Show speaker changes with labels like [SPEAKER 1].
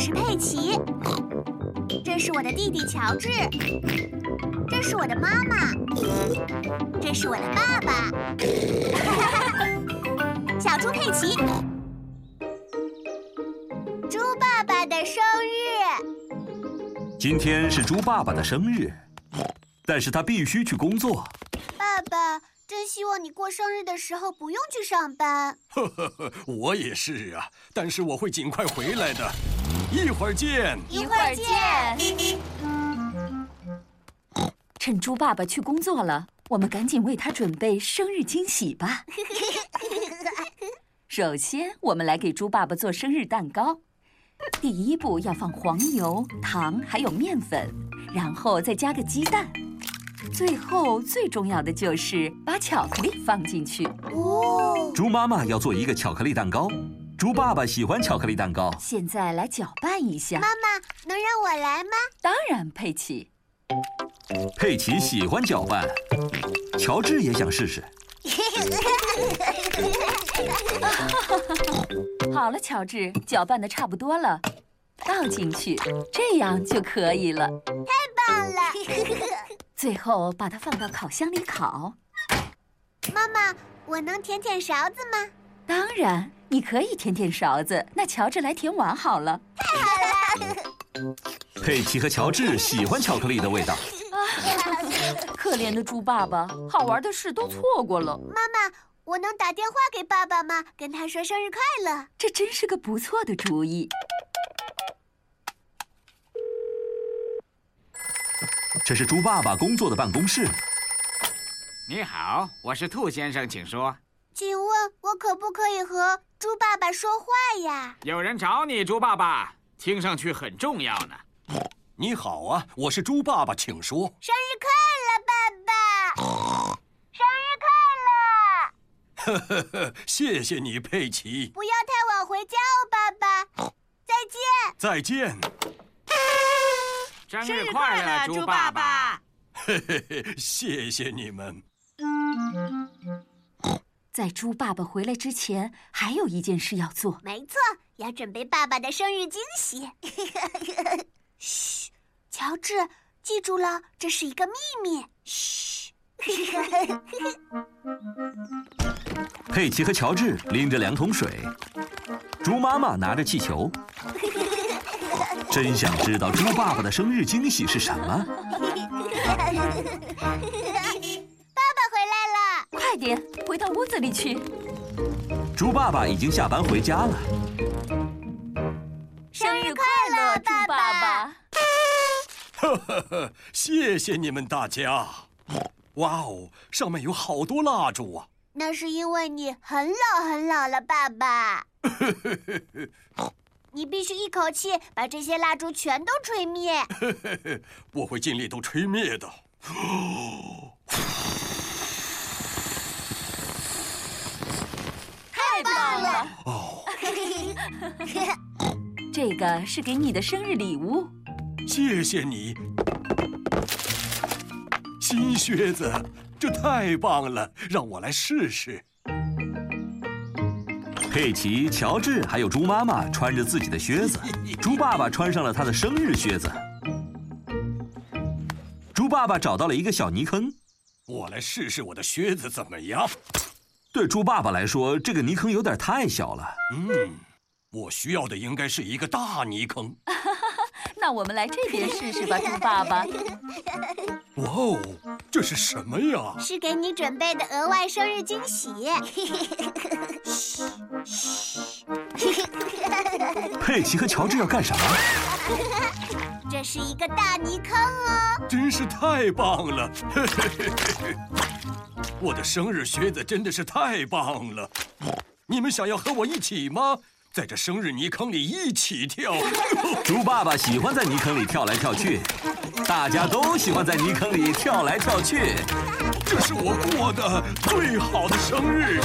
[SPEAKER 1] 是佩奇，这是我的弟弟乔治，这是我的妈妈，这是我的爸 爸。小猪佩奇，猪爸爸的生日，
[SPEAKER 2] 今天是猪爸爸的生日，但是他必须去工作。
[SPEAKER 1] 爸爸真希望你过生日的时候不用去上班。
[SPEAKER 3] 呵呵呵，我也是啊，但是我会尽快回来的。一会儿见。
[SPEAKER 1] 一
[SPEAKER 4] 会儿见。
[SPEAKER 5] 趁猪爸爸去工作了，我们赶紧为他准备生日惊喜吧。 首先，我们来给猪爸爸做生日蛋糕。第一步要放黄油、糖还有面粉，然后再加个鸡蛋。最后最重要的就是把巧克力放进去。
[SPEAKER 1] 哦，
[SPEAKER 2] 猪妈妈要做一个巧克力蛋糕，猪爸爸喜欢巧克力蛋糕。
[SPEAKER 5] 现在来搅拌一下。
[SPEAKER 1] 妈妈，能让我来吗？
[SPEAKER 5] 当然，佩奇，
[SPEAKER 2] 佩奇喜欢搅拌，乔治也想试试。
[SPEAKER 5] 好了，乔治，搅拌的差不多了，倒进去，这样就可以了。
[SPEAKER 1] 棒了。
[SPEAKER 5] 最后把它放到烤箱里烤。
[SPEAKER 1] 妈妈，我能舔舔勺子吗？
[SPEAKER 5] 当然，你可以舔舔勺子。那乔治来舔碗好了。
[SPEAKER 2] 佩奇和乔治喜欢巧克力的味道。
[SPEAKER 5] 可怜的猪爸爸，好玩的事都错过了。
[SPEAKER 1] 妈妈，我能打电话给爸爸吗？跟他说生日快乐。
[SPEAKER 5] 这真是个不错的主意。
[SPEAKER 2] 这是猪爸爸工作的办公室，
[SPEAKER 6] 你好，我是兔先生，请说。
[SPEAKER 1] 请问，我可不可以和猪爸爸说话呀？
[SPEAKER 6] 有人找你，猪爸爸，听上去很重要呢。
[SPEAKER 3] 你好啊，我是猪爸爸，请说。
[SPEAKER 1] 生日快乐，爸爸！生日快乐！
[SPEAKER 3] 呵呵，谢谢你，佩奇。
[SPEAKER 1] 不要太晚回家哦，爸爸。再见。
[SPEAKER 3] 再见。
[SPEAKER 6] 生
[SPEAKER 4] 生
[SPEAKER 6] 日
[SPEAKER 4] 日
[SPEAKER 6] 快
[SPEAKER 4] 快
[SPEAKER 6] 乐，
[SPEAKER 4] 乐，
[SPEAKER 6] 猪
[SPEAKER 4] 猪
[SPEAKER 6] 爸
[SPEAKER 4] 爸
[SPEAKER 6] 爸！
[SPEAKER 4] 爸！
[SPEAKER 3] 嘿嘿嘿，谢谢你们。
[SPEAKER 5] 在猪爸爸回来之前，还有一件事要做。
[SPEAKER 1] 没错，要准备爸爸的生日惊喜。 嘘，乔治，记住了，这是一个秘密。嘘。
[SPEAKER 2] 佩奇和乔治拎着两桶水，猪妈妈拿着气球。真想知道猪爸爸的生日惊喜是什么。
[SPEAKER 1] 爸爸回来了。
[SPEAKER 5] 快点回到屋子里去。
[SPEAKER 2] 猪爸爸已经下班回家了。
[SPEAKER 5] 生日快
[SPEAKER 1] 乐
[SPEAKER 5] 猪爸
[SPEAKER 1] 爸
[SPEAKER 5] 爸！
[SPEAKER 3] 呵呵呵，谢谢你们大家。哇哦，上面有好多蜡烛啊！
[SPEAKER 1] 那是因为你很老很老了，爸爸。你必须一口气把这些蜡烛全都吹灭。
[SPEAKER 3] 我会尽力都吹灭的。
[SPEAKER 5] 太棒了！这个是给你的生日礼物。
[SPEAKER 3] 谢谢你，新靴子，这太棒了，让我来试试。
[SPEAKER 2] 佩奇、乔治还有猪妈妈穿着自己的靴子，猪爸爸穿上了他的生日靴子。猪爸爸找到了一个小泥坑，
[SPEAKER 3] 我来试试我的靴子怎么样？
[SPEAKER 2] 对猪爸爸来说，这个泥坑有点太小了。
[SPEAKER 3] 嗯，我需要的应该是一个大泥坑。
[SPEAKER 5] 那我们来这边试试吧，猪爸爸。
[SPEAKER 3] 哇哦，这是什么呀？
[SPEAKER 1] 是给你准备的额外生日惊喜。
[SPEAKER 2] 佩奇和乔治要干什么？
[SPEAKER 1] 这是一个大泥坑哦，
[SPEAKER 3] 真是太棒了！ 嘿嘿嘿嘿我的生日靴子真的是太棒了。你们想要和我一起吗？在这生日泥坑里一起跳。
[SPEAKER 2] 猪爸爸喜欢在泥坑里跳来跳去，大家都喜欢在泥坑里跳来跳去。
[SPEAKER 3] 这是我过的最好的生日。